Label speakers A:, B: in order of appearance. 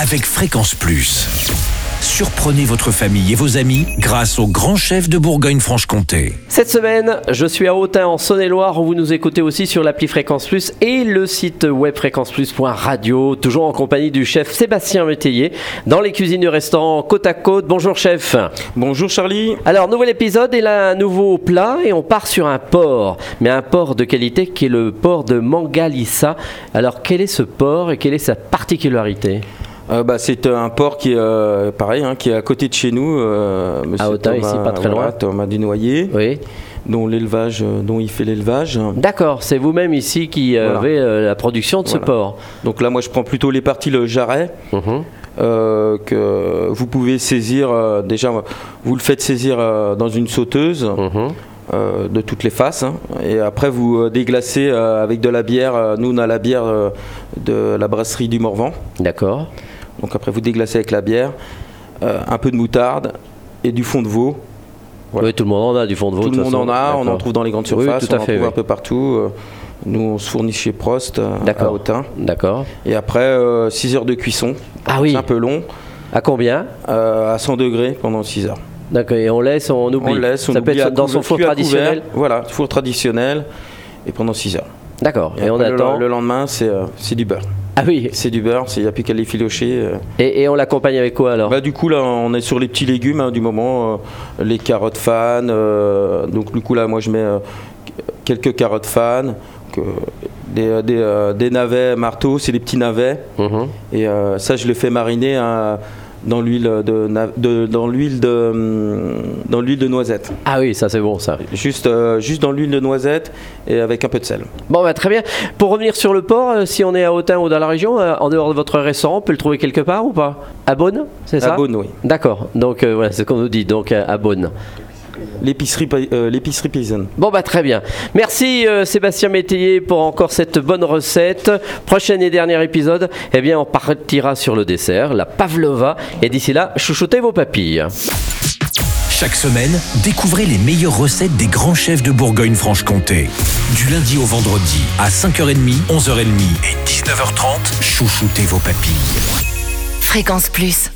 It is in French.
A: avec Fréquence Plus. Surprenez votre famille et vos amis grâce au grand chef de Bourgogne-Franche-Comté.
B: Cette semaine, je suis à Autun en Saône-et-Loire. où Vous nous écoutez aussi sur l'appli Fréquence Plus et le site web fréquenceplus.radio, toujours en compagnie du chef Sébastien Métayer dans les cuisines du restaurant Côte à Côte. Bonjour chef.
C: Bonjour Charlie.
B: Alors, nouvel épisode et là, un nouveau plat et on part sur un porc, mais un porc de qualité qui est le porc de Mangalissa. Alors, quel est ce porc et quelle est sa particularité
C: Euh, bah, c'est un port qui est euh, pareil, hein, qui est à côté de chez nous. euh, monsieur
B: À Autun,
C: Thomas-
B: Ah, ici, pas très
C: voilà,
B: loin.
C: Thomas Dunoyer,
B: Oui.
C: dont l'élevage, euh, dont il fait l'élevage.
B: D'accord, c'est vous-même ici qui euh,
C: Voilà.
B: avez euh, la production de ce
C: Voilà.
B: porc.
C: Donc là, moi, je prends plutôt les parties le jarret
B: Mhm.
C: euh, que vous pouvez saisir. euh, déjà, vous le faites saisir euh, dans une sauteuse.
B: Mhm.
C: euh, de toutes les faces hein. et après vous euh, déglacez euh, avec de la bière Euh, nous on a la bière euh, de la brasserie du Morvan
B: D'accord.
C: Donc après, vous déglacez avec la bière, euh, un peu de moutarde et du fond de veau. Voilà.
B: Oui, tout le monde en a du fond Oh, de veau.
C: Tout
B: de
C: le
B: toute
C: monde
B: façon.
C: en a, on en
B: D'accord.
C: trouve dans les grandes
B: Oui, oui,
C: surfaces,
B: tout à
C: on en
B: fait,
C: trouve
B: oui.
C: un peu partout. Euh, Nous, on se fournit chez Prost euh, à
B: D'accord.
C: Autun.
B: D'accord.
C: Et après, 6 heures de cuisson.
B: Ah oui.
C: C'est un peu long,
B: À combien
C: euh, à 100 degrés pendant 6 heures.
B: D'accord. Et on laisse, on oublie.
C: On le laisse, on
B: Ça peut
C: oublie
B: être
C: à
B: dans son
C: couvert-
B: four
C: puis à
B: traditionnel.
C: couvert. Voilà, four traditionnel. Et pendant 6 heures.
B: D'accord. Et,
C: après,
B: on
C: le-
B: attend.
C: Le, lendemain, c'est euh, c'est du beurre.
B: Ah oui.
C: C'est du beurre, il n'y a plus qu'à les filocher. euh,
B: Et, et on l'accompagne avec quoi alors
C: Bah, du coup, là, on est sur les petits légumes hein, du moment, euh, les carottes fan. euh, donc, du coup, là, moi, je mets euh, quelques carottes fan, que- des, euh, des, euh, des navets marteaux, c'est des petits navets.
B: Mhm.
C: Et euh, ça, je le fais mariner hein, dans l'huile de, na- de- dans l'huile de, hum, dans l'huile de noisette.
B: Ah oui, ça c'est bon ça.
C: Juste, euh, juste dans l'huile de noisette et avec un peu de sel.
B: Bon, bah, très bien. Pour revenir sur le port, euh, si on est à Autun ou dans la région, euh, en dehors de votre restaurant, on peut le trouver quelque part ou pas À Beaune, c'est ça
C: À Beaune, oui.
B: D'accord. Donc euh, voilà, c'est ce qu'on nous dit. Donc euh, à Beaune.
C: L'épicerie pa- euh, l'épicerie paysanne.
B: Bon bah très bien. Merci euh, Sébastien Métayer pour encore cette bonne recette. Prochain et dernier épisode, eh bien on partira sur le dessert, la pavlova. Et d'ici là, chouchoutez vos papilles.
A: Chaque semaine, découvrez les meilleures recettes des grands chefs de Bourgogne-Franche-Comté. Du lundi au vendredi, à 5h30, 11h30 et 19h30, chouchoutez vos papilles.
D: Fréquence Plus.